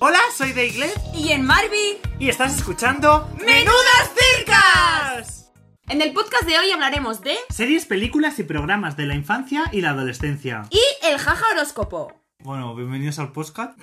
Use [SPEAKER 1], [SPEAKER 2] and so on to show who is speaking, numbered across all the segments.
[SPEAKER 1] Hola, soy Deiglet
[SPEAKER 2] Y en Marvi.
[SPEAKER 1] y estás escuchando
[SPEAKER 2] ¡Menudas
[SPEAKER 1] Circas.
[SPEAKER 2] En el podcast de hoy hablaremos de.
[SPEAKER 1] Series, películas y programas de la infancia y la adolescencia.
[SPEAKER 2] Y el jaja horóscopo.
[SPEAKER 1] Bueno, bienvenidos al podcast.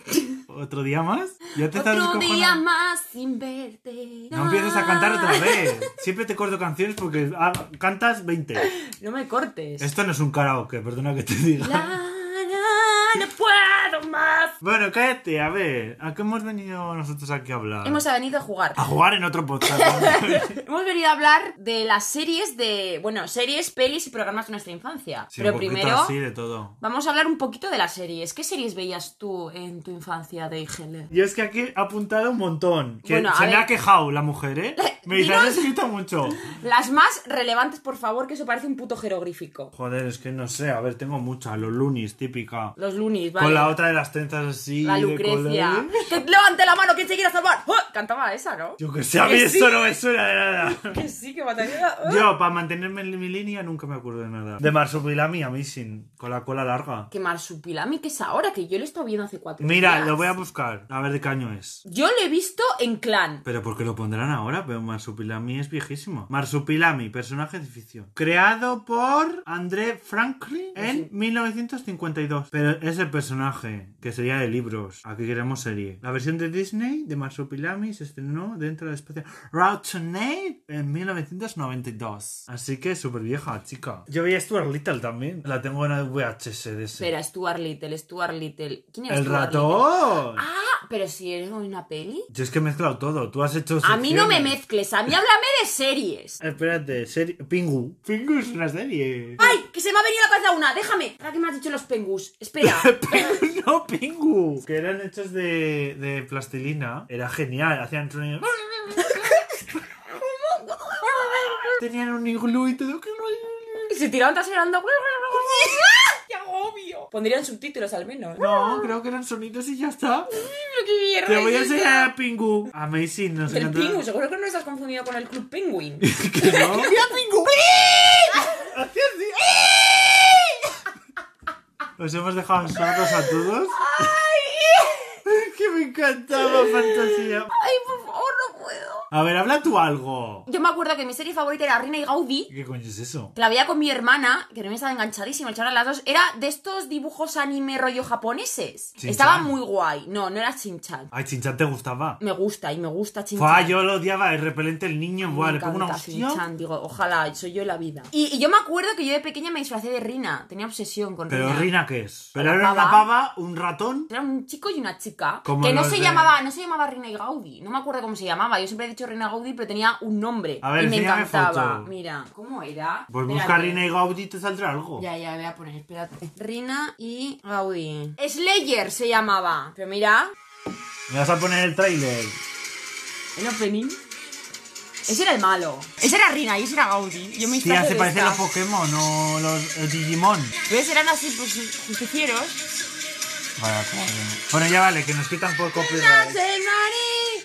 [SPEAKER 1] Otro día más. Ya te estás
[SPEAKER 2] Otro
[SPEAKER 1] descojonando.
[SPEAKER 2] día más sin verte.
[SPEAKER 1] No empieces a cantar otra vez. Siempre te corto canciones porque ah, cantas 20.
[SPEAKER 2] No me cortes.
[SPEAKER 1] Esto no es un karaoke, perdona que te diga.
[SPEAKER 2] La, la, no puedo más.
[SPEAKER 1] Bueno, cállate, a ver. ¿A qué hemos venido nosotros aquí a hablar?
[SPEAKER 2] Hemos venido a jugar.
[SPEAKER 1] A jugar en otro podcast. ¿no?
[SPEAKER 2] Hemos venido a hablar de las series de. Bueno, series, pelis y programas de nuestra infancia.
[SPEAKER 1] Sí,
[SPEAKER 2] Pero
[SPEAKER 1] un poquito
[SPEAKER 2] primero.
[SPEAKER 1] así de todo.
[SPEAKER 2] Vamos a hablar un poquito de las series. ¿Qué series veías tú en tu infancia de IGL?
[SPEAKER 1] Yo es que aquí ha apuntado un montón. Que
[SPEAKER 2] Bueno, a
[SPEAKER 1] se me
[SPEAKER 2] ver.
[SPEAKER 1] ha quejado la mujer, ¿eh? Me dice, has
[SPEAKER 2] Dinos.
[SPEAKER 1] escrito mucho.
[SPEAKER 2] Las más relevantes, por favor, que eso parece un puto jeroglífico.
[SPEAKER 1] Joder, es que no sé. A ver, tengo mucha. Los lunis, típica.
[SPEAKER 2] Los lunis, ¿vale?
[SPEAKER 1] Con la otra de las trenzas así.
[SPEAKER 2] La
[SPEAKER 1] de
[SPEAKER 2] Lucrecia.
[SPEAKER 1] color.
[SPEAKER 2] Que levante la mano, que se quiera salvar. ¡Ah! Cantaba esa, ¿no?
[SPEAKER 1] Yo que sé, a mí
[SPEAKER 2] Que sí.
[SPEAKER 1] eso no me suena de nada.
[SPEAKER 2] Que sí, que batalla. ¡Ah!
[SPEAKER 1] Yo, para mantenerme en mi línea, nunca me acuerdo de nada. De Marsupilami, Amazing. Con la cola larga.
[SPEAKER 2] Que Marsupilami, que es ahora, que yo lo he estado viendo hace cuatro
[SPEAKER 1] Mira,
[SPEAKER 2] días.
[SPEAKER 1] lo voy a buscar. A ver de qué año es.
[SPEAKER 2] Yo lo he visto en clan.
[SPEAKER 1] Pero ¿por qué lo pondrán ahora? Pero Marsupilami es viejísimo. Marsupilami, personaje de ficción. Creado por André Franklin en
[SPEAKER 2] Sí.
[SPEAKER 1] 1952. Pero es el personaje, que sería de libros. Aquí queremos serie. La versión de Disney de Marsupilami se estrenó dentro del espacio Routine en 1992. Así que súper vieja, chica. Yo veía Stuart Little también. La tengo en el VHS de ese.
[SPEAKER 2] Espera, Stuart Little, Stuart Little. ¿Quién es
[SPEAKER 1] ¡El
[SPEAKER 2] Stuart Little?
[SPEAKER 1] ratón!
[SPEAKER 2] Ah, pero si es una peli.
[SPEAKER 1] Yo es que he mezclado todo. Tú has hecho.
[SPEAKER 2] A mí no me
[SPEAKER 1] secciones.
[SPEAKER 2] mezcles, a mí háblame de series.
[SPEAKER 1] Ah, Espérate, serie... Pingu. Pingu es una serie.
[SPEAKER 2] ¡Ay! Que se me ha venido a la cabeza una, déjame. Ahora que me has dicho los pengus. Espera.
[SPEAKER 1] Pingu, no, Pingu. Que eran hechos de, de plastilina. Era genial. Hacían sonido. Tenían un iglú y todo.
[SPEAKER 2] Y se tiraban traserando. ¡Qué agobio! Pondrían subtítulos al menos.
[SPEAKER 1] No, creo que eran sonidos y ya está.
[SPEAKER 2] ¡Qué mierda
[SPEAKER 1] Te voy a
[SPEAKER 2] es esta!
[SPEAKER 1] enseñar a Pingu. Amazing, nos
[SPEAKER 2] El
[SPEAKER 1] encanta.
[SPEAKER 2] Pingu, seguro que no estás confundido con el Club Penguin.
[SPEAKER 1] Que no.
[SPEAKER 2] Pingu!
[SPEAKER 1] Hacía así. Os hemos dejado solos a todos. Es que me encantaba fantasía.
[SPEAKER 2] ¡Ay, por favor, no puedo!
[SPEAKER 1] A ver, habla tú algo.
[SPEAKER 2] Yo me acuerdo que mi serie favorita era Rina y Gaudí.
[SPEAKER 1] ¿Qué coño es eso?
[SPEAKER 2] Que la veía con mi hermana, que no me estaba enganchadísimo, el chaval las dos. Era de estos dibujos anime rollo japoneses.
[SPEAKER 1] Shin-chan.
[SPEAKER 2] Estaba muy guay. No, no era Chinchan.
[SPEAKER 1] Ay, Chinchan te gustaba.
[SPEAKER 2] Me gusta y me gusta
[SPEAKER 1] Fua,
[SPEAKER 2] Chinchan.
[SPEAKER 1] yo lo odiaba, el repelente el niño, buah, le pongo una hostia.
[SPEAKER 2] digo, ojalá, soy yo en la vida. Y, y yo me acuerdo que yo de pequeña me disfracé de Rina, tenía obsesión con
[SPEAKER 1] Pero
[SPEAKER 2] Rina.
[SPEAKER 1] Rina, ¿qué es? Pero
[SPEAKER 2] Una
[SPEAKER 1] era una
[SPEAKER 2] pava.
[SPEAKER 1] pava, un ratón.
[SPEAKER 2] Era un chico y una chica.
[SPEAKER 1] Como
[SPEAKER 2] que no
[SPEAKER 1] los
[SPEAKER 2] se
[SPEAKER 1] de-
[SPEAKER 2] llamaba, no se llamaba Rina y Gaudí. No me acuerdo cómo se llamaba. Yo siempre he dicho Rina Gaudí, pero tenía un nombre.
[SPEAKER 1] A ver,
[SPEAKER 2] y me
[SPEAKER 1] enséñame
[SPEAKER 2] encantaba.
[SPEAKER 1] foto.
[SPEAKER 2] Mira, ¿cómo era?
[SPEAKER 1] Pues
[SPEAKER 2] Espérate.
[SPEAKER 1] busca Rina y Gaudí y te saldrá algo.
[SPEAKER 2] Ya, ya, voy a poner, espérate. Rina y Gaudí. Slayer se llamaba. Pero mira,
[SPEAKER 1] Me vas a poner el trailer.
[SPEAKER 2] el opening. Ese era el malo. Ese era Rina y ese era Gaudí. Yo me
[SPEAKER 1] Tía,
[SPEAKER 2] disfrazé
[SPEAKER 1] se
[SPEAKER 2] de
[SPEAKER 1] parecen
[SPEAKER 2] esta.
[SPEAKER 1] los Pokémon o los el Digimon.
[SPEAKER 2] ¿Ves? Eran así, pues, justicieros.
[SPEAKER 1] Vale, como bien. Bueno, ya vale, que nos quitan por copyright.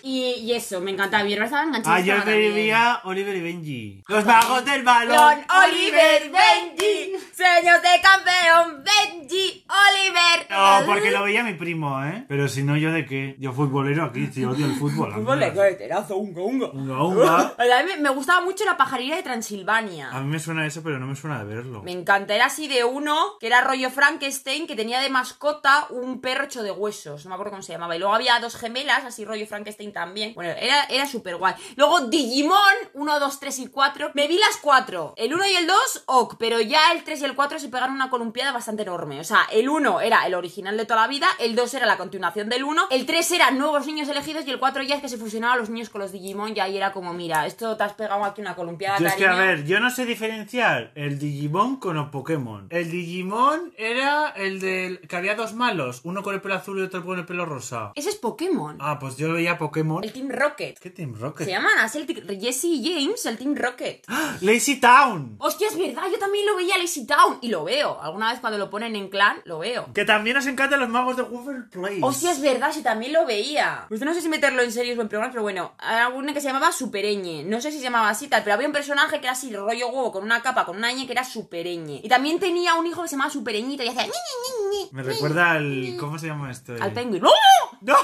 [SPEAKER 2] Y, y eso, me encantaba. Mi hermana estaba enganchada.
[SPEAKER 1] Ah, yo
[SPEAKER 2] estaba también.
[SPEAKER 1] veía Oliver y Benji. Los vagos del balón.
[SPEAKER 2] Don Oliver Benji, sueños de campeón Benji Oliver.
[SPEAKER 1] No, porque lo veía mi primo, ¿eh? Pero si no, ¿yo de qué? Yo futbolero aquí, tío, odio el fútbol.
[SPEAKER 2] Fútbol de coheterazo, ungo, ungo.
[SPEAKER 1] Unga, unga.
[SPEAKER 2] A mí me gustaba mucho la pajarera de Transilvania.
[SPEAKER 1] A mí me suena eso, pero no me suena de verlo.
[SPEAKER 2] Me encanta, era así de uno, que era rollo Frankenstein, que tenía de mascota un perro hecho de huesos, no me acuerdo cómo se llamaba. Y luego había dos gemelas, así rollo Frankenstein también. Bueno, era, era súper guay. Luego Digimon, 1, 2, 3 y 4. Me vi las 4. El 1 y el 2, ok, pero ya el 3 y el 4 se pegaron una columpiada bastante enorme. O sea, el 1 era el original de toda la vida, el 2 era la continuación del 1, el 3 era nuevos niños elegidos y el 4 ya es que se fusionaban los niños con los Digimon y ahí era como, mira, esto te has pegado aquí una columpiada.
[SPEAKER 1] Yo es que, a
[SPEAKER 2] cariño.
[SPEAKER 1] ver, yo no sé diferenciar el Digimon con los Pokémon. El Digimon era el del... que había dos malos, uno con el pelo azul y otro con el pelo rosa.
[SPEAKER 2] Ese es Pokémon.
[SPEAKER 1] Ah, pues yo veía Pokémon.
[SPEAKER 2] El Team Rocket.
[SPEAKER 1] ¿Qué Team
[SPEAKER 2] Se
[SPEAKER 1] Rocket?
[SPEAKER 2] llaman así el tic- Jesse y James, el Team Rocket.
[SPEAKER 1] Lazy Town.
[SPEAKER 2] Hostia, es verdad, yo también lo veía Lazy Town. Y lo veo. Alguna vez cuando lo ponen en clan, lo veo.
[SPEAKER 1] Que también nos encantan los magos de Waverly Place.
[SPEAKER 2] Hostia, es verdad, si también lo veía. Pues no sé si meterlo en series o en programas, pero bueno. Había Alguna que se llamaba Supereñe. No sé si se llamaba así tal, pero había un personaje que era así, rollo huevo, con una capa, con una ñ que era Supereñe. Y también tenía un hijo que se llamaba Supereñito y hacía ñi, ñi, ñi, ñi,
[SPEAKER 1] Me
[SPEAKER 2] ñi,
[SPEAKER 1] recuerda al... ¿Cómo se llama esto?
[SPEAKER 2] al ¡Ah!
[SPEAKER 1] Eh?
[SPEAKER 2] penguin. ¡No!
[SPEAKER 1] ¡No!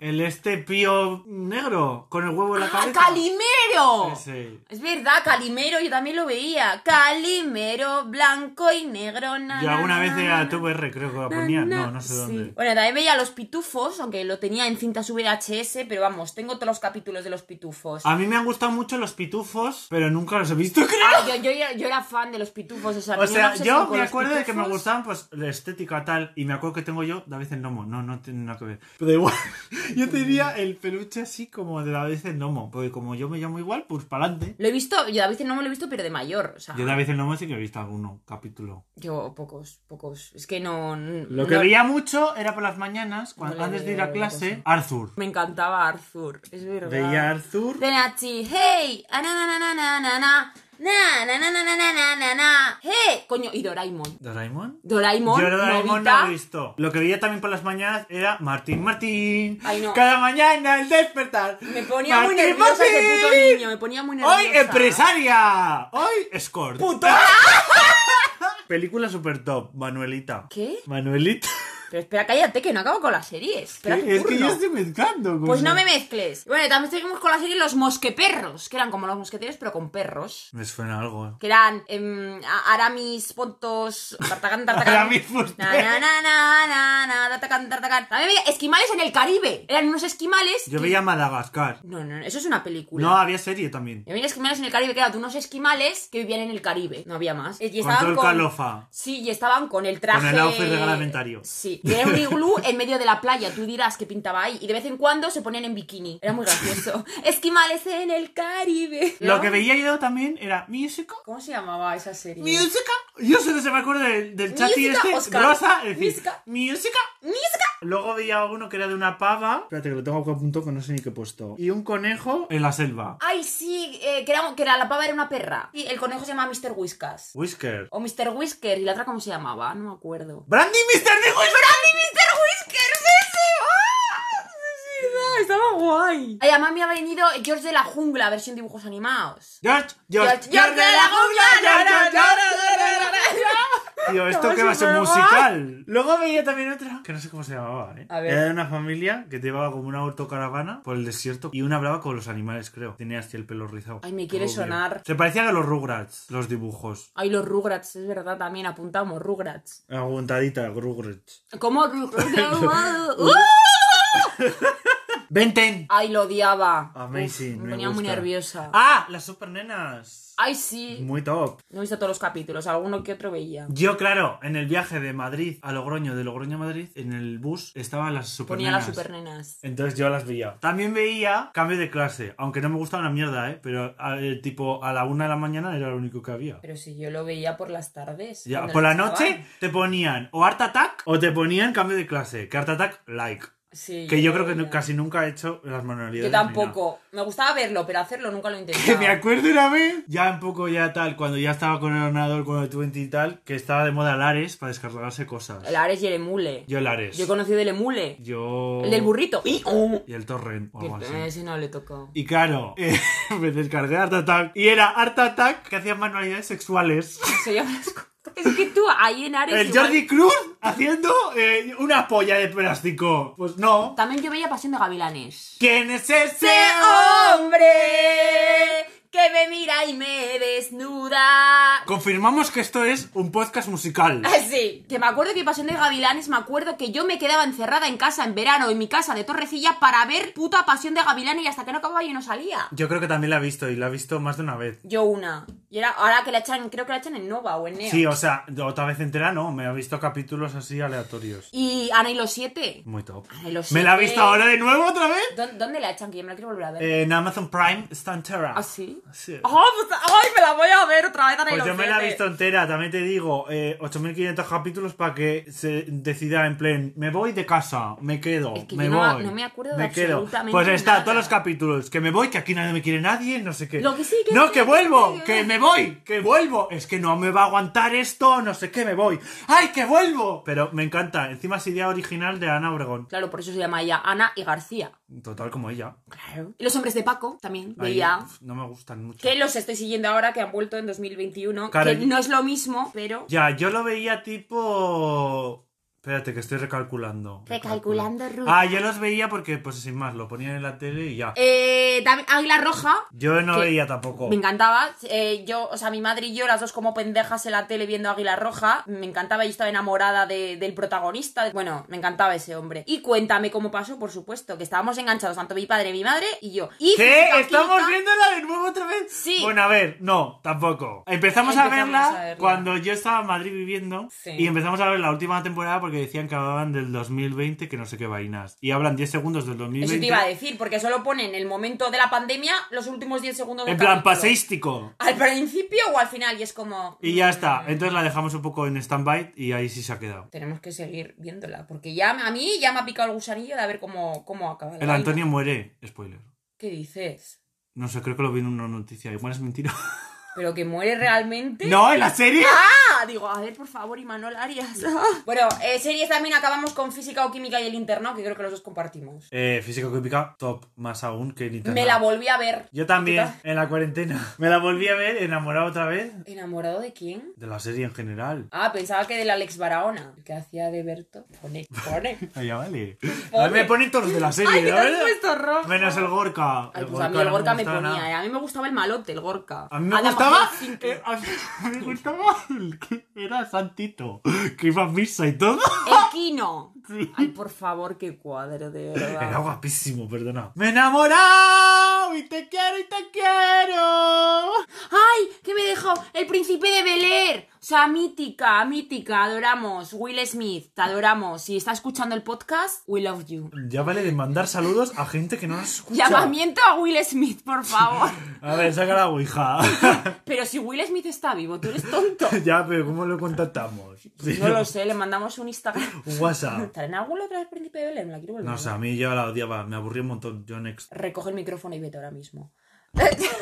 [SPEAKER 1] El este pío negro con el huevo en la
[SPEAKER 2] ¡Ah,
[SPEAKER 1] cabeza.
[SPEAKER 2] Calimero!
[SPEAKER 1] Ese.
[SPEAKER 2] Es verdad, Calimero, yo también lo veía. Calimero, blanco y negro. na,
[SPEAKER 1] Yo
[SPEAKER 2] na,
[SPEAKER 1] alguna
[SPEAKER 2] na,
[SPEAKER 1] vez
[SPEAKER 2] na,
[SPEAKER 1] era
[SPEAKER 2] na.
[SPEAKER 1] TVR, creo que la
[SPEAKER 2] Na,
[SPEAKER 1] ponía.
[SPEAKER 2] na.
[SPEAKER 1] No, no sé
[SPEAKER 2] Sí.
[SPEAKER 1] dónde.
[SPEAKER 2] Bueno, también veía Los Pitufos, aunque lo tenía en cintas VHS, pero vamos, tengo todos los capítulos de Los Pitufos.
[SPEAKER 1] A mí me han gustado mucho los pitufos, pero nunca los he visto, creo.
[SPEAKER 2] Ah, yo, yo era- yo era fan de Los Pitufos, o sea,
[SPEAKER 1] O
[SPEAKER 2] tenía
[SPEAKER 1] sea,
[SPEAKER 2] una obsesión
[SPEAKER 1] yo
[SPEAKER 2] con
[SPEAKER 1] me
[SPEAKER 2] los
[SPEAKER 1] acuerdo de que me
[SPEAKER 2] pitufos.
[SPEAKER 1] gustaban, pues, la estética tal. Y me acuerdo que tengo yo David el Nomo. No, no tiene nada que ver. Pero igual, yo
[SPEAKER 2] Mm.
[SPEAKER 1] tenía el peluche así como de David el Nomo. Porque como yo me llamo igual, pues para adelante.
[SPEAKER 2] Lo he visto, yo a veces no me lo he visto, pero de mayor, o sea,
[SPEAKER 1] Yo David el Nomo sí que he visto alguno, capítulo.
[SPEAKER 2] yo pocos, pocos. Es que no.
[SPEAKER 1] Lo que
[SPEAKER 2] no-
[SPEAKER 1] veía mucho era por las mañanas, cuando,
[SPEAKER 2] No le
[SPEAKER 1] antes de ir
[SPEAKER 2] veo
[SPEAKER 1] a clase,
[SPEAKER 2] cosa.
[SPEAKER 1] Arthur.
[SPEAKER 2] Me encantaba Arthur, es verdad.
[SPEAKER 1] Veía Arthur.
[SPEAKER 2] De Nachi, hey, ah, na, na, na, na, na, na, na, na, na, na, na, na, na, na, na, hey, coño, y Doraemon.
[SPEAKER 1] ¿Doraemon?
[SPEAKER 2] Doraemon,
[SPEAKER 1] Yo a Doraemon
[SPEAKER 2] Nobita.
[SPEAKER 1] no he visto. Lo que veía también por las mañanas era Martín Martín.
[SPEAKER 2] Ay, no.
[SPEAKER 1] Cada mañana al despertar.
[SPEAKER 2] Me ponía muy
[SPEAKER 1] Martín,
[SPEAKER 2] nerviosa ese
[SPEAKER 1] Martín.
[SPEAKER 2] puto niño, me ponía muy nerviosa.
[SPEAKER 1] Hoy empresaria. Hoy escort. ¡Puta! Película super top, Manuelita.
[SPEAKER 2] ¿Qué?
[SPEAKER 1] Manuelita.
[SPEAKER 2] Pero espera, cállate, que no acabo con las series. Espera tu
[SPEAKER 1] Es que yo
[SPEAKER 2] turno.
[SPEAKER 1] estoy mezclando. con-
[SPEAKER 2] Pues no me mezcles. Bueno, también seguimos con la serie Los Mosqueperros, que eran como los mosqueteros, pero con perros.
[SPEAKER 1] Me suena algo. eh.
[SPEAKER 2] Que eran em, a- Aramis, Pontos, Tartagán, Tartagán.
[SPEAKER 1] Aramis, Pontos.
[SPEAKER 2] Na, na, na, na, na, na, Tartagán, Tartagán. También veía esquimales en el Caribe. Eran unos esquimales.
[SPEAKER 1] Yo
[SPEAKER 2] que-
[SPEAKER 1] veía Madagascar.
[SPEAKER 2] No, no, no, eso es una película.
[SPEAKER 1] No, había serie también.
[SPEAKER 2] Yo veía esquimales en el Caribe, que eran unos esquimales que vivían en el Caribe. No había más. Y
[SPEAKER 1] Control
[SPEAKER 2] estaban con.
[SPEAKER 1] Calofa.
[SPEAKER 2] Sí, y estaban con el traje.
[SPEAKER 1] Con el outfit reglamentario.
[SPEAKER 2] Sí. Y era un iglú en medio de la playa, tú dirás que pintaba ahí. Y de vez en cuando se ponían en bikini. Era muy gracioso. Esquimales en el Caribe.
[SPEAKER 1] Lo que veía yo también era Musical.
[SPEAKER 2] ¿Cómo se llamaba esa serie?
[SPEAKER 1] Musical. Yo solo se me acuerdo del, del chat y
[SPEAKER 2] Musical,
[SPEAKER 1] este.
[SPEAKER 2] Oscar.
[SPEAKER 1] Rosa. decir,
[SPEAKER 2] Musical.
[SPEAKER 1] Musical.
[SPEAKER 2] Musical.
[SPEAKER 1] Luego veía uno que era de una pava. Espérate, que lo tengo aquí a punto que no sé ni qué he puesto. Y un conejo en la selva.
[SPEAKER 2] Ay, sí, eh, que, era, que era- la pava era una perra. Y el conejo se llamaba Mr. Whiskas.
[SPEAKER 1] Whisker.
[SPEAKER 2] O Mr. Whisker. ¿Y la otra cómo se llamaba? No me acuerdo.
[SPEAKER 1] ¡Brandy Mr. Nick Whisker!
[SPEAKER 2] ¡Brandy Mr. Whiskers ese! ¡Ah! Es verdad, Estaba guay. Ay, además me ha venido George de la Jungla, versión dibujos animados.
[SPEAKER 1] George, George,
[SPEAKER 2] George, George de la Jungla.
[SPEAKER 1] George,
[SPEAKER 2] na,
[SPEAKER 1] George,
[SPEAKER 2] na,
[SPEAKER 1] George,
[SPEAKER 2] na, na,
[SPEAKER 1] George.
[SPEAKER 2] na, na.
[SPEAKER 1] Tío, esto
[SPEAKER 2] Estaba
[SPEAKER 1] que va a ser
[SPEAKER 2] superguay.
[SPEAKER 1] musical. Luego veía también otra, que no sé cómo se llamaba, ¿eh?
[SPEAKER 2] A ver.
[SPEAKER 1] Era de una familia que te llevaba como una autocaravana por el desierto y una hablaba con los animales, creo. Tenía así el pelo rizado.
[SPEAKER 2] Ay, me quiere
[SPEAKER 1] Rubio.
[SPEAKER 2] sonar.
[SPEAKER 1] Se parecían a los Rugrats, los dibujos.
[SPEAKER 2] Ay, los Rugrats, es verdad, también apuntamos, Rugrats.
[SPEAKER 1] Aguantadita, Rugrats.
[SPEAKER 2] ¿Cómo Rugrats? ¡Uh!
[SPEAKER 1] ¡Venten!
[SPEAKER 2] Ay, lo odiaba.
[SPEAKER 1] Amazing.
[SPEAKER 2] Uf,
[SPEAKER 1] me
[SPEAKER 2] me ponía muy
[SPEAKER 1] gusta.
[SPEAKER 2] nerviosa.
[SPEAKER 1] ¡Ah! Las supernenas.
[SPEAKER 2] Ay, sí.
[SPEAKER 1] Muy top.
[SPEAKER 2] No he visto todos los capítulos, alguno que otro veía.
[SPEAKER 1] Yo, claro, en el viaje de Madrid a Logroño, de Logroño a Madrid, en el bus estaban las
[SPEAKER 2] Ponía
[SPEAKER 1] supernenas.
[SPEAKER 2] las supernenas.
[SPEAKER 1] Entonces yo las veía. También veía cambio de clase, aunque no me gustaba una mierda, ¿eh? Pero a- eh, tipo a la una de la mañana era lo único que había.
[SPEAKER 2] Pero si yo lo veía por las tardes.
[SPEAKER 1] Ya,
[SPEAKER 2] cuando
[SPEAKER 1] por la
[SPEAKER 2] lo echaban.
[SPEAKER 1] noche te ponían o Art Attack o te ponían cambio de clase, que Art Attack like.
[SPEAKER 2] Sí,
[SPEAKER 1] Que yo
[SPEAKER 2] lo
[SPEAKER 1] creo que
[SPEAKER 2] veía.
[SPEAKER 1] nu- casi nunca he hecho las manualidades.
[SPEAKER 2] Yo
[SPEAKER 1] ni nada.
[SPEAKER 2] tampoco. Me gustaba verlo, pero hacerlo nunca lo intenté.
[SPEAKER 1] Que me acuerdo una vez, ya un poco ya tal, cuando ya estaba con el ordenador, con el 20 y tal, que estaba de moda el Ares para descargarse cosas.
[SPEAKER 2] El Ares y el Emule.
[SPEAKER 1] Yo el Ares.
[SPEAKER 2] Yo he conocido el Emule.
[SPEAKER 1] Yo-
[SPEAKER 2] El del burrito. Y- oh.
[SPEAKER 1] Y el Torrent o algo así.
[SPEAKER 2] Que- Ese no le tocó.
[SPEAKER 1] Y claro, eh, me descargué Art Attack. Y era Art Attack que hacía manualidades sexuales.
[SPEAKER 2] Se llama las cosas. Es que tú ahí en Ares.
[SPEAKER 1] El
[SPEAKER 2] igual-
[SPEAKER 1] Jordi Cruz haciendo eh, una polla de plástico. Pues no.
[SPEAKER 2] También yo veía Pasión de Gavilanes.
[SPEAKER 1] ¿Quién es ese
[SPEAKER 2] ese
[SPEAKER 1] hombre?
[SPEAKER 2] hombre que me mira y me desnuda.
[SPEAKER 1] Confirmamos que esto es un podcast musical.
[SPEAKER 2] Así. Ah, Que me acuerdo que Pasión de Gavilanes, me acuerdo que yo me quedaba encerrada en casa en verano, en mi casa de Torrecilla, para ver puta Pasión de Gavilanes y hasta que no acababa yo no salía.
[SPEAKER 1] Yo creo que también la he visto y la he visto más de una vez.
[SPEAKER 2] Yo una. Y era, ahora que la echan, creo que la echan en Nova o en Neo.
[SPEAKER 1] Sí, o sea, otra vez entera no, me ha visto capítulos así aleatorios.
[SPEAKER 2] Y Ana y los siete.
[SPEAKER 1] Muy top.
[SPEAKER 2] Ay, lo
[SPEAKER 1] ¿Me la he
[SPEAKER 2] sé.
[SPEAKER 1] visto ahora de nuevo otra vez?
[SPEAKER 2] ¿Dó- ¿Dónde la echan? Que yo me la quiero volver a ver.
[SPEAKER 1] En Amazon Prime está entera.
[SPEAKER 2] ¿Ah, sí?
[SPEAKER 1] Eh, Sí.
[SPEAKER 2] ¡Ah, pues- ¡Ay, me la voy a ver otra vez, Ana y
[SPEAKER 1] Pues
[SPEAKER 2] los
[SPEAKER 1] yo me la he
[SPEAKER 2] siete!
[SPEAKER 1] visto entera, también te digo, eh, 8.500 capítulos para que se decida en plan, me voy de casa, me quedo,
[SPEAKER 2] Es que
[SPEAKER 1] me
[SPEAKER 2] yo no-
[SPEAKER 1] voy.
[SPEAKER 2] no me acuerdo de
[SPEAKER 1] quedo.
[SPEAKER 2] absolutamente
[SPEAKER 1] Pues está,
[SPEAKER 2] nada.
[SPEAKER 1] todos los capítulos, que me voy, que aquí nadie me quiere nadie, no sé qué.
[SPEAKER 2] Lo que sí, que
[SPEAKER 1] no,
[SPEAKER 2] sí,
[SPEAKER 1] que
[SPEAKER 2] que
[SPEAKER 1] vuelvo,
[SPEAKER 2] sí, eh.
[SPEAKER 1] que,
[SPEAKER 2] que-
[SPEAKER 1] me voy, que vuelvo. Es que no me va a aguantar esto, no sé qué, me voy. ¡Ay, que vuelvo! Pero me encanta, encima es idea original de Ana Obregón.
[SPEAKER 2] Claro, por eso se llama ella Ana y García.
[SPEAKER 1] Total como ella.
[SPEAKER 2] Claro. Y los hombres de Paco también,
[SPEAKER 1] Ahí,
[SPEAKER 2] veía.
[SPEAKER 1] pf, no me gustan mucho.
[SPEAKER 2] Que los estoy siguiendo ahora, que han vuelto en 2021.
[SPEAKER 1] Claro,
[SPEAKER 2] que
[SPEAKER 1] y-
[SPEAKER 2] no es lo mismo, pero.
[SPEAKER 1] Ya, yo lo veía tipo. Espérate, que estoy recalculando.
[SPEAKER 2] Recalculando ruta.
[SPEAKER 1] Ah, yo los veía porque, pues sin más, lo ponían en la tele y ya.
[SPEAKER 2] Eh, también- Águila Roja.
[SPEAKER 1] Yo no
[SPEAKER 2] que-
[SPEAKER 1] veía tampoco.
[SPEAKER 2] Me encantaba. Eh, yo, o sea, mi madre y yo, las dos como pendejas en la tele viendo Águila Roja. Me encantaba. Yo estaba enamorada de- del protagonista. Bueno, me encantaba ese hombre. Y cuéntame cómo pasó, por supuesto. Que estábamos enganchados, tanto mi padre, mi madre y yo. Y
[SPEAKER 1] ¿Qué?
[SPEAKER 2] física,
[SPEAKER 1] ¿Estamos
[SPEAKER 2] química-
[SPEAKER 1] viéndola de nuevo otra vez?
[SPEAKER 2] Sí.
[SPEAKER 1] Bueno, a ver, no, tampoco. Empezamos, a,
[SPEAKER 2] Empezamos
[SPEAKER 1] verla
[SPEAKER 2] a verla.
[SPEAKER 1] cuando yo estaba en Madrid viviendo
[SPEAKER 2] Sí.
[SPEAKER 1] y empezamos a ver la última temporada porque decían que hablaban del 2020, que no sé qué vainas. Y hablan 10 segundos del
[SPEAKER 2] Eso
[SPEAKER 1] 2020.
[SPEAKER 2] te iba a decir, porque solo ponen el momento de la pandemia, los últimos 10 segundos del
[SPEAKER 1] en plan
[SPEAKER 2] capítulo.
[SPEAKER 1] paseístico.
[SPEAKER 2] ¿Al principio o al final? Y es como. "Mm,
[SPEAKER 1] Y ya está. Entonces la dejamos un poco en stand-by y ahí sí se ha quedado.
[SPEAKER 2] Tenemos que seguir viéndola, porque ya a mí ya me ha picado el gusanillo de a ver cómo, cómo acaba. la
[SPEAKER 1] El
[SPEAKER 2] vaina.
[SPEAKER 1] Antonio muere. Spoiler.
[SPEAKER 2] ¿Qué dices?
[SPEAKER 1] No sé, creo que lo vi en una noticia. Igual es mentira.
[SPEAKER 2] ¿Pero que muere realmente?
[SPEAKER 1] ¡No! ¿En la serie?
[SPEAKER 2] ¡Ah! Digo, a ver, por favor, Imanol Arias. bueno, eh, series también acabamos con Física o Química y el Internado, que creo que los dos compartimos.
[SPEAKER 1] Eh, físico química, top. Más aún que Nintendo.
[SPEAKER 2] Me la volví a ver.
[SPEAKER 1] Yo también,
[SPEAKER 2] ¿Qué
[SPEAKER 1] en la cuarentena. Me la volví a ver enamorado otra vez
[SPEAKER 2] ¿Enamorado de quién?
[SPEAKER 1] de la serie en general.
[SPEAKER 2] Ah, pensaba que del Alex Barahona, el que hacía de Berto. Pone, pone.
[SPEAKER 1] Ah, ya vale.
[SPEAKER 2] Pobre.
[SPEAKER 1] A mí me ponen todos los de la serie,
[SPEAKER 2] Ay, que te
[SPEAKER 1] la
[SPEAKER 2] has
[SPEAKER 1] verdad.
[SPEAKER 2] puesto rojo.
[SPEAKER 1] Menos el Gorka.
[SPEAKER 2] Ay, pues a mí el
[SPEAKER 1] no
[SPEAKER 2] Gorka me
[SPEAKER 1] gustaba
[SPEAKER 2] ponía,
[SPEAKER 1] nada.
[SPEAKER 2] eh. A mí me gustaba el malote, el Gorka.
[SPEAKER 1] A mí me
[SPEAKER 2] Adam
[SPEAKER 1] gustaba.
[SPEAKER 2] Helsinki.
[SPEAKER 1] eh, a mí me gustaba el que era Santito. Que iba a misa y todo.
[SPEAKER 2] El Kino. Ay, por favor, qué cuadro, de verdad.
[SPEAKER 1] Era guapísimo, perdona. ¡Me he enamorado! ¡Y te quiero y te quiero!
[SPEAKER 2] ¡Ay! ¿Qué me dejó? El príncipe de Bel Air. O sea, mítica, mítica. Adoramos. Will Smith, te adoramos. Si está escuchando el podcast, we love you.
[SPEAKER 1] Ya vale de mandar saludos a gente que no nos escucha.
[SPEAKER 2] Llamamiento a Will Smith, por favor.
[SPEAKER 1] A ver, saca la ouija.
[SPEAKER 2] Pero si Will Smith está vivo, tú eres tonto.
[SPEAKER 1] ya, pero ¿cómo lo contactamos? Sí.
[SPEAKER 2] No lo sé, le mandamos un Instagram.
[SPEAKER 1] Un WhatsApp.
[SPEAKER 2] ¿Estará en algún otra vez el príncipe de Bel Air? Me la quiero volver. a
[SPEAKER 1] No
[SPEAKER 2] ver.
[SPEAKER 1] sé, a mí yo la odiaba, me aburrí un montón. Yo next.
[SPEAKER 2] Recoge el micrófono y vete ahora mismo.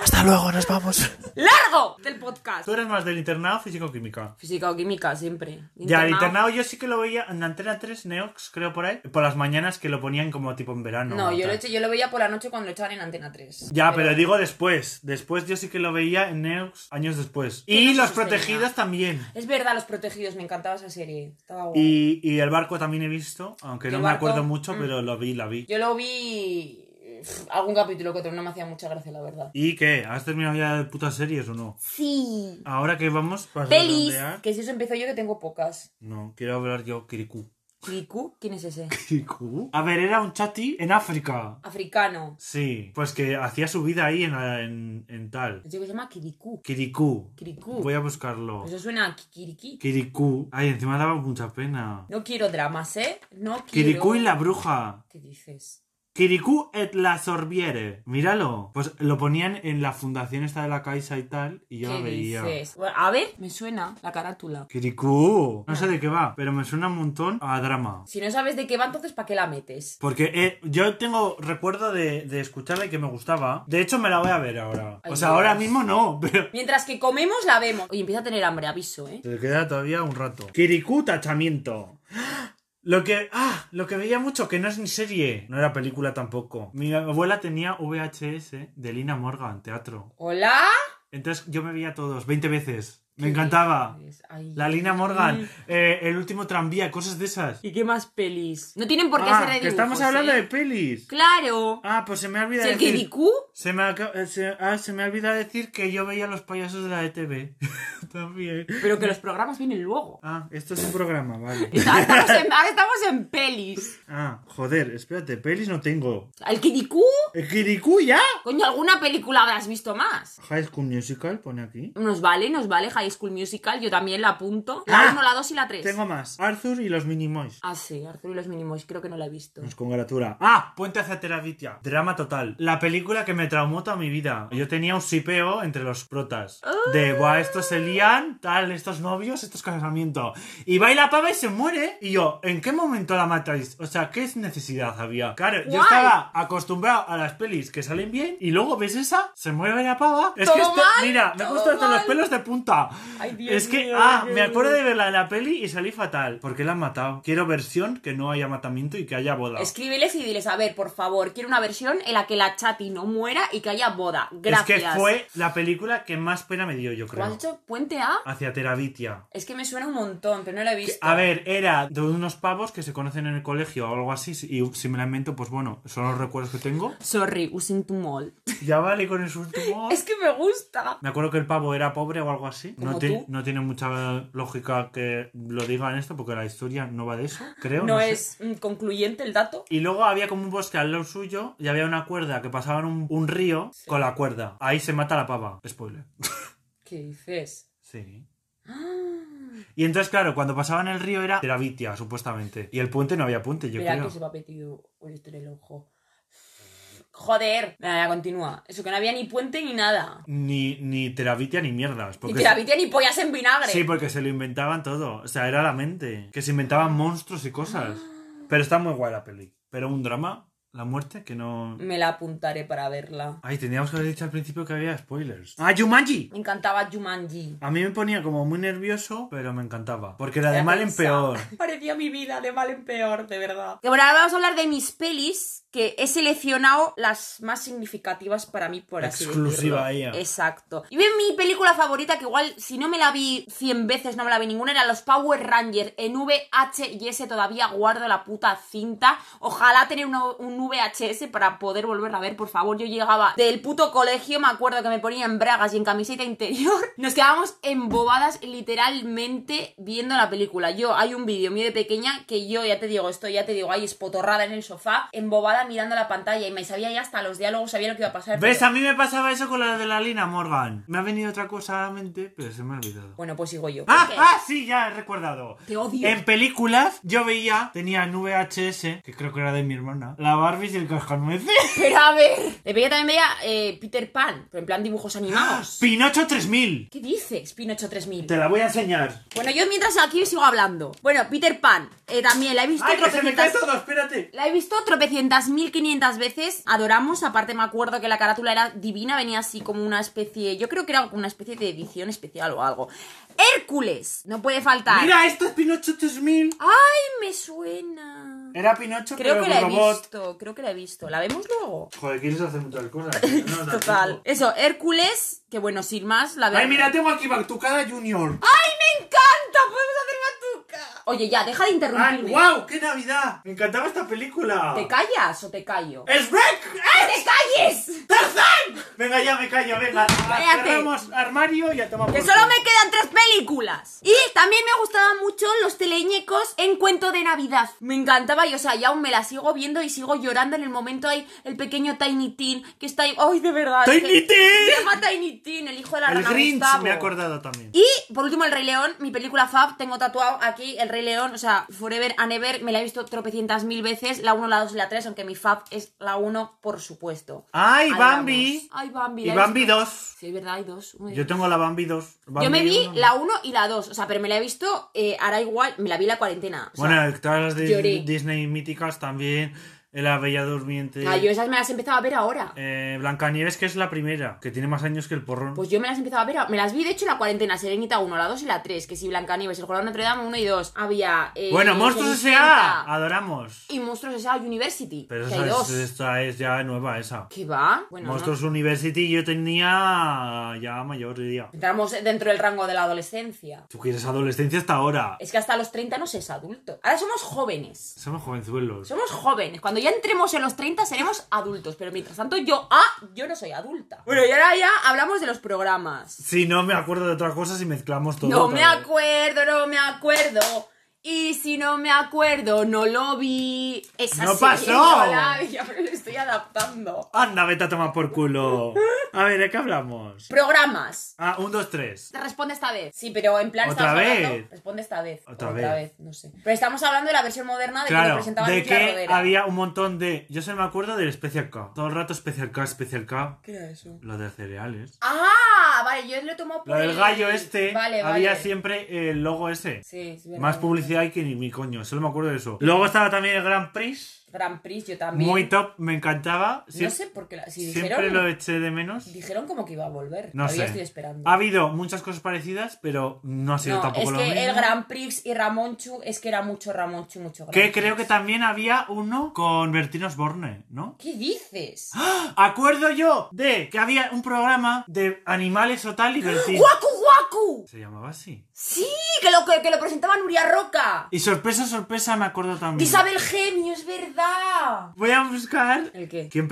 [SPEAKER 1] Hasta luego, nos vamos.
[SPEAKER 2] ¡Largo! Del podcast.
[SPEAKER 1] Tú eres más del internado físico-química.
[SPEAKER 2] Física o química, siempre.
[SPEAKER 1] Ya, el
[SPEAKER 2] Internado.
[SPEAKER 1] internado yo sí que lo veía en Antena 3, Neox, creo por ahí. Por las mañanas que lo ponían como tipo en verano.
[SPEAKER 2] No,
[SPEAKER 1] o
[SPEAKER 2] yo lo, he
[SPEAKER 1] tal.
[SPEAKER 2] hecho, yo lo veía por la noche cuando lo echaban en Antena 3.
[SPEAKER 1] Ya, pero digo después. Después yo sí que lo veía en Neox años después.
[SPEAKER 2] Que no
[SPEAKER 1] Y
[SPEAKER 2] se
[SPEAKER 1] Los
[SPEAKER 2] sostenía.
[SPEAKER 1] Protegidos también.
[SPEAKER 2] Es verdad, Los Protegidos, me encantaba esa serie. Estaba guay.
[SPEAKER 1] Y, y el barco también he visto, aunque
[SPEAKER 2] El
[SPEAKER 1] no me
[SPEAKER 2] barco, Mm.
[SPEAKER 1] acuerdo mucho, pero lo vi, la vi.
[SPEAKER 2] Yo lo vi pf, algún capítulo que otro, no me hacía mucha gracia, la verdad.
[SPEAKER 1] ¿Y qué? ¿Has terminado ya de putas series o no?
[SPEAKER 2] Sí.
[SPEAKER 1] Ahora que vamos para
[SPEAKER 2] Pelis.
[SPEAKER 1] redondear-
[SPEAKER 2] Que si eso empezó yo que tengo pocas.
[SPEAKER 1] No, quiero hablar yo Kirikou.
[SPEAKER 2] Kirikou, ¿quién es ese?
[SPEAKER 1] ¿Kirikou? A ver, era un chati en África.
[SPEAKER 2] Africano.
[SPEAKER 1] Sí, pues que hacía su vida ahí en, en, en tal.
[SPEAKER 2] Yo que se llama Kirikou.
[SPEAKER 1] Kirikou.
[SPEAKER 2] Kirikou.
[SPEAKER 1] Voy a buscarlo.
[SPEAKER 2] Eso suena a Kikiriki.
[SPEAKER 1] Kirikou. Ay, encima daba mucha pena.
[SPEAKER 2] No quiero dramas, ¿eh? No quiero.
[SPEAKER 1] Kirikou y la bruja.
[SPEAKER 2] ¿Qué dices?
[SPEAKER 1] Kirikou et la sorbiere. Míralo. Pues lo ponían en la fundación esta de la Caixa y tal, y yo
[SPEAKER 2] ¿Qué
[SPEAKER 1] la veía.
[SPEAKER 2] dices? Bueno, a ver, me suena la carátula.
[SPEAKER 1] Kirikou. No sé de qué va, pero me suena un montón a drama.
[SPEAKER 2] Si no sabes de qué va, entonces ¿para qué la metes?
[SPEAKER 1] Porque eh, yo tengo recuerdo de, de escucharla y que me gustaba. De hecho, me la voy a ver ahora.
[SPEAKER 2] Ay,
[SPEAKER 1] o sea,
[SPEAKER 2] Dios.
[SPEAKER 1] ahora mismo no, pero...
[SPEAKER 2] Mientras que comemos, la vemos. Oye, empieza a tener hambre, aviso, ¿eh?
[SPEAKER 1] Te queda todavía un rato. Kirikou tachamiento. Lo que... Ah, lo que veía mucho, que no es ni serie. No era película tampoco. Mi abuela tenía VHS de Lina Morgan, teatro.
[SPEAKER 2] ¿Hola?
[SPEAKER 1] Entonces yo me veía todos, 20 veces. Me encantaba.
[SPEAKER 2] Ay.
[SPEAKER 1] La Lina
[SPEAKER 2] Mm.
[SPEAKER 1] Morgan, eh, el último tranvía, cosas de esas.
[SPEAKER 2] ¿Y qué más pelis? No tienen por qué
[SPEAKER 1] Ah,
[SPEAKER 2] ser de
[SPEAKER 1] que
[SPEAKER 2] dibujos,
[SPEAKER 1] estamos hablando
[SPEAKER 2] ¿eh?
[SPEAKER 1] de pelis.
[SPEAKER 2] ¡Claro!
[SPEAKER 1] Ah, pues se me ha
[SPEAKER 2] Si
[SPEAKER 1] olvidado
[SPEAKER 2] ¿El
[SPEAKER 1] decir-
[SPEAKER 2] Kirikou?
[SPEAKER 1] Se me, aca- eh, se, ah, se me ha olvidado decir que yo veía los payasos de la ETV. También.
[SPEAKER 2] Pero que los programas vienen luego.
[SPEAKER 1] Ah, esto es un programa, vale.
[SPEAKER 2] Ahora estamos en, ahora estamos en pelis.
[SPEAKER 1] Ah, joder, espérate, pelis no tengo. Eh,
[SPEAKER 2] ¿El Kirikou?
[SPEAKER 1] ¿El Kirikou ya?
[SPEAKER 2] Coño, ¿alguna película habrás visto más?
[SPEAKER 1] High School Musical pone aquí.
[SPEAKER 2] Nos vale, nos vale High School Musical. Yo también la apunto. La
[SPEAKER 1] Ah,
[SPEAKER 2] 1, la 2 y la 3.
[SPEAKER 1] Tengo más. Arthur y los Minimoys.
[SPEAKER 2] Ah, sí, Arturo y los Minimoys. Creo que no la he visto.
[SPEAKER 1] Nos congratula. Ah, Puente hacia Terabitia. Drama total. La película que me traumó toda mi vida. Yo tenía un sipeo entre los protas. De, buah, estos se lían, tal, estos novios, estos casamientos. Y va y la pava y se muere. Y yo, ¿en qué momento la matáis? O sea, ¿qué necesidad había? Claro, yo
[SPEAKER 2] Guay.
[SPEAKER 1] estaba acostumbrado a las pelis que salen bien y luego ves esa, se muere la pava. Es que
[SPEAKER 2] Todo
[SPEAKER 1] esto-
[SPEAKER 2] mal,
[SPEAKER 1] mira, me
[SPEAKER 2] todo
[SPEAKER 1] gustan hasta los
[SPEAKER 2] mal.
[SPEAKER 1] pelos de punta.
[SPEAKER 2] Ay, Dios
[SPEAKER 1] es que,
[SPEAKER 2] mío,
[SPEAKER 1] ah,
[SPEAKER 2] qué
[SPEAKER 1] me acuerdo de verla en la peli y salí fatal. Porque la han matado. Quiero versión que no haya matamiento y que haya boda.
[SPEAKER 2] Escríbeles y diles, a ver, por favor, quiero una versión en la que la chati no muera pena y que haya boda. Gracias.
[SPEAKER 1] Es que fue la película que más pena me dio, yo
[SPEAKER 2] ¿Lo has
[SPEAKER 1] creo.
[SPEAKER 2] dicho Puente A?
[SPEAKER 1] Hacia Terabitia.
[SPEAKER 2] Es que me suena un montón, pero no la he visto.
[SPEAKER 1] A ver, era de unos pavos que se conocen en el colegio o algo así, y si me la invento, pues bueno, son los recuerdos que tengo.
[SPEAKER 2] Sorry, using to mall.
[SPEAKER 1] Ya vale con el último.
[SPEAKER 2] Es que me gusta.
[SPEAKER 1] Me acuerdo que el pavo era pobre o algo así. No,
[SPEAKER 2] Como
[SPEAKER 1] ti-
[SPEAKER 2] tú.
[SPEAKER 1] no tiene mucha lógica que lo digan esto, porque la historia no va de eso, creo.
[SPEAKER 2] No
[SPEAKER 1] sé.
[SPEAKER 2] es mm, concluyente el dato.
[SPEAKER 1] Y luego había como un bosque al lado suyo y había una cuerda que pasaban un, un río con la cuerda. Ahí se mata la pava. Spoiler.
[SPEAKER 2] ¿Qué dices?
[SPEAKER 1] Sí.
[SPEAKER 2] Ah.
[SPEAKER 1] Y entonces, claro, cuando pasaban el río era Terabitia, supuestamente. Y el puente no había puente, yo
[SPEAKER 2] Espera,
[SPEAKER 1] creo.
[SPEAKER 2] que se me ha metido un esto en el ojo. Joder. Nada, ya continúa. Eso que no había ni puente ni nada.
[SPEAKER 1] Ni, ni Terabitia ni mierdas.
[SPEAKER 2] Ni
[SPEAKER 1] Porque
[SPEAKER 2] te la vi, ni pollas en vinagre.
[SPEAKER 1] Sí, porque se lo inventaban todo. O sea, era la mente. Que se inventaban monstruos y cosas.
[SPEAKER 2] Ah.
[SPEAKER 1] Pero está muy guay la peli. Pero un drama, la muerte, que no.
[SPEAKER 2] Me la apuntaré para verla.
[SPEAKER 1] Ay, teníamos que haber dicho al principio que había spoilers. ¡Ah, Jumanji!
[SPEAKER 2] Me encantaba Jumanji.
[SPEAKER 1] A mí me ponía como muy nervioso, pero me encantaba. Porque era de
[SPEAKER 2] Era
[SPEAKER 1] mal en
[SPEAKER 2] tensa.
[SPEAKER 1] peor.
[SPEAKER 2] Parecía mi vida, de mal en peor, de verdad. Que bueno, ahora vamos a hablar de mis pelis, que he seleccionado las más significativas para mí, por así decirlo.
[SPEAKER 1] Exclusiva ella.
[SPEAKER 2] Exacto. Y bien, mi película favorita, que igual si no me la vi 100 veces, no me la vi ninguna, era Los Power Rangers en VHS. Todavía guardo la puta cinta. Ojalá tener una- un VHS para poder volverla a ver, por favor. Yo llegaba del puto colegio, me acuerdo que me ponía en bragas y en camiseta interior. Nos quedábamos embobadas literalmente viendo la película. Yo, hay un vídeo mío de pequeña que yo, ya te digo esto, ya te digo, ahí espotorrada en el sofá, embobada mirando la pantalla y me sabía ya hasta los diálogos, sabía lo que iba a pasar.
[SPEAKER 1] ¿Ves?
[SPEAKER 2] pero-
[SPEAKER 1] A mí me pasaba eso con la de la Lina Morgan. Me ha venido otra cosa a la mente, pero se me ha olvidado.
[SPEAKER 2] Bueno, pues sigo yo.
[SPEAKER 1] ¡Ah!
[SPEAKER 2] ¿Qué?
[SPEAKER 1] ¡Ah! Sí, ya he recordado.
[SPEAKER 2] Te odio.
[SPEAKER 1] En películas, yo veía, tenía en VHS, que creo que era de mi hermana, la Barbie y el cascanueces.
[SPEAKER 2] Pero a ver. De pequeña también veía eh, Peter Pan, pero en plan dibujos animados.
[SPEAKER 1] Pinocho 3000.
[SPEAKER 2] ¿Qué dices, Pinocho 3000?
[SPEAKER 1] Te la voy a enseñar.
[SPEAKER 2] Bueno, yo mientras aquí sigo hablando. Bueno, Peter Pan, eh, también la he visto
[SPEAKER 1] ¡Ay, que se me cae
[SPEAKER 2] tropecientas...
[SPEAKER 1] todo! Espérate.
[SPEAKER 2] La he visto tropecientas mil quinientas veces. Adoramos. Aparte, me acuerdo que la carátula era divina. Venía así como una especie. Yo creo que era como una especie de edición especial o algo. ¡Hércules! No puede faltar.
[SPEAKER 1] Mira, esto es Pinocho 3000.
[SPEAKER 2] ¡Ay, me suena!
[SPEAKER 1] Era Pinocho,
[SPEAKER 2] Creo
[SPEAKER 1] pero
[SPEAKER 2] que
[SPEAKER 1] un
[SPEAKER 2] la he
[SPEAKER 1] robot.
[SPEAKER 2] visto. Creo que la he visto. ¿La vemos luego?
[SPEAKER 1] Joder, quieres hacer muchas cosas. pero no, da
[SPEAKER 2] Total.
[SPEAKER 1] tiempo.
[SPEAKER 2] Eso, Hércules, que bueno, sin más, la verdad.
[SPEAKER 1] Ay, mira, tengo aquí Bactucada Junior.
[SPEAKER 2] ¡Ay, me encanta! ¡Podemos hacer batuca! Oye, ya, deja de
[SPEAKER 1] ¡Ay,
[SPEAKER 2] interrumpirme.
[SPEAKER 1] wow! ¡Qué Navidad! Me encantaba esta película.
[SPEAKER 2] ¿Te callas o te callo?
[SPEAKER 1] ¡Es Rec!
[SPEAKER 2] ¡Que te calles!
[SPEAKER 1] ¡Tarzán! Venga, ya me callo, venga.
[SPEAKER 2] Cállate.
[SPEAKER 1] Cerramos armario y a tomar
[SPEAKER 2] ¡Que
[SPEAKER 1] por
[SPEAKER 2] solo
[SPEAKER 1] culo.
[SPEAKER 2] me quedan tres películas! Y también me gustaban mucho los teleñecos en cuento de Navidad. Me encantaba y, o sea, ya aún me la sigo viendo y sigo llorando en el momento. Hay el pequeño Tiny Teen que está ahí. ¡Ay, de verdad!
[SPEAKER 1] ¡Tiny
[SPEAKER 2] es que-
[SPEAKER 1] Teen!
[SPEAKER 2] Se llama Tiny Teen, el hijo de la
[SPEAKER 1] El
[SPEAKER 2] rana
[SPEAKER 1] Grinch
[SPEAKER 2] Gustavo.
[SPEAKER 1] me he acordado también.
[SPEAKER 2] Y por último, El Rey León, mi película Fab, tengo tatuado aquí El Rey León, o sea, Forever and Ever, me la he visto tropecientas mil veces, la 1, la 2 y la 3, aunque mi Fab es la 1, por supuesto.
[SPEAKER 1] ¡Ay,
[SPEAKER 2] Ahí
[SPEAKER 1] Bambi!
[SPEAKER 2] vamos. Ay, Bambi.
[SPEAKER 1] Y
[SPEAKER 2] la he
[SPEAKER 1] Bambi
[SPEAKER 2] visto.
[SPEAKER 1] 2.
[SPEAKER 2] Sí, es verdad, hay dos. Uno y
[SPEAKER 1] Yo
[SPEAKER 2] dos.
[SPEAKER 1] tengo la Bambi 2.
[SPEAKER 2] Yo me
[SPEAKER 1] Bambi
[SPEAKER 2] vi
[SPEAKER 1] uno.
[SPEAKER 2] la 1 y la 2, o sea, pero me la he visto, eh, hará igual, me la vi en la cuarentena. o sea,
[SPEAKER 1] Bueno, eh, todas las de
[SPEAKER 2] lloré.
[SPEAKER 1] Disney míticas también. La Bella Durmiente.
[SPEAKER 2] ah, yo esas me las he empezado a ver ahora.
[SPEAKER 1] eh, Blancanieves, que es la primera, que tiene más años que el porrón.
[SPEAKER 2] Pues yo me las he empezado a ver, me las vi de hecho en la cuarentena, Serenita 1, la 2 y la 3, que si Blancanieves, el Jorobado de Notre Dame 1 y 2, había... eh,
[SPEAKER 1] bueno, Monstruos
[SPEAKER 2] Cenicienta
[SPEAKER 1] S.A. Adoramos.
[SPEAKER 2] Y Monstruos S.A. University,
[SPEAKER 1] Pero
[SPEAKER 2] que hay
[SPEAKER 1] esa
[SPEAKER 2] dos.
[SPEAKER 1] es, esta es ya nueva, esa.
[SPEAKER 2] ¿Qué va? Bueno,
[SPEAKER 1] Monstruos University yo tenía ya mayor, diría.
[SPEAKER 2] no. entramos dentro del rango de la adolescencia.
[SPEAKER 1] Tú quieres adolescencia hasta ahora.
[SPEAKER 2] Es que hasta los 30 no se es adulto. Ahora somos jóvenes.
[SPEAKER 1] Somos jovenzuelos.
[SPEAKER 2] Somos jóvenes. Cuando ya entremos en los 30 seremos adultos. Pero mientras tanto, yo, ah, yo no soy adulta. Bueno, y ahora ya hablamos de los programas.
[SPEAKER 1] Si no me acuerdo de otra cosa, si mezclamos todo.
[SPEAKER 2] No
[SPEAKER 1] otra
[SPEAKER 2] me
[SPEAKER 1] vez.
[SPEAKER 2] acuerdo, no me acuerdo. Y si no me acuerdo, no lo vi. Esa
[SPEAKER 1] ¡No
[SPEAKER 2] sí,
[SPEAKER 1] pasó!
[SPEAKER 2] no la vi, pero lo estoy adaptando.
[SPEAKER 1] Anda, vete a tomar por culo. A ver, ¿de qué hablamos?
[SPEAKER 2] Programas.
[SPEAKER 1] Ah, un, dos, tres.
[SPEAKER 2] Te Responde esta vez. Sí, pero en plan
[SPEAKER 1] ¿Otra
[SPEAKER 2] estamos
[SPEAKER 1] vez?
[SPEAKER 2] hablando- Responde esta vez.
[SPEAKER 1] Otra
[SPEAKER 2] Otra,
[SPEAKER 1] vez.
[SPEAKER 2] vez. no sé. Pero estamos hablando de la versión moderna de que lo
[SPEAKER 1] Claro,
[SPEAKER 2] presentaba
[SPEAKER 1] de
[SPEAKER 2] Luis La
[SPEAKER 1] que
[SPEAKER 2] Rodera.
[SPEAKER 1] había un montón de... Yo solo me acuerdo del Special K. Todo el rato Special K, Special K.
[SPEAKER 2] ¿Qué era eso?
[SPEAKER 1] Lo de cereales.
[SPEAKER 2] Ah, vale, yo lo tomo por
[SPEAKER 1] Lo del
[SPEAKER 2] el-
[SPEAKER 1] gallo este.
[SPEAKER 2] Vale, vale.
[SPEAKER 1] había siempre el logo ese.
[SPEAKER 2] Sí, es verdad.
[SPEAKER 1] Más publicidad hay que ni mi coño. Solo me acuerdo de eso. Luego estaba también el Grand Prix.
[SPEAKER 2] Grand Prix, yo también.
[SPEAKER 1] Muy top, me encantaba. Sie-
[SPEAKER 2] No sé por qué. la- Si
[SPEAKER 1] Siempre
[SPEAKER 2] dijeron,
[SPEAKER 1] lo eché de menos.
[SPEAKER 2] dijeron como que iba a volver.
[SPEAKER 1] No sé.
[SPEAKER 2] Todavía estoy esperando.
[SPEAKER 1] Ha habido muchas cosas parecidas, pero no ha sido
[SPEAKER 2] No,
[SPEAKER 1] tampoco
[SPEAKER 2] es
[SPEAKER 1] lo
[SPEAKER 2] que
[SPEAKER 1] mismo.
[SPEAKER 2] el Grand Prix y Ramonchu es que era mucho Ramonchu, mucho Grand
[SPEAKER 1] Que
[SPEAKER 2] Prix.
[SPEAKER 1] creo que también había uno con Bertín Osborne, ¿no? ¡Ah!
[SPEAKER 2] ¿Qué dices?
[SPEAKER 1] Acuerdo yo de que había un programa de animales o
[SPEAKER 2] ¡Ah!
[SPEAKER 1] tal y Bertín.
[SPEAKER 2] ¡Guacu, guacu!
[SPEAKER 1] Se llamaba así.
[SPEAKER 2] Sí, que lo, que, que lo presentaba Nuria Roca.
[SPEAKER 1] Y sorpresa, sorpresa, me acuerdo
[SPEAKER 2] Que
[SPEAKER 1] también.
[SPEAKER 2] sabe el genio, es verdad.
[SPEAKER 1] Voy a buscar
[SPEAKER 2] ¿El qué?
[SPEAKER 1] quién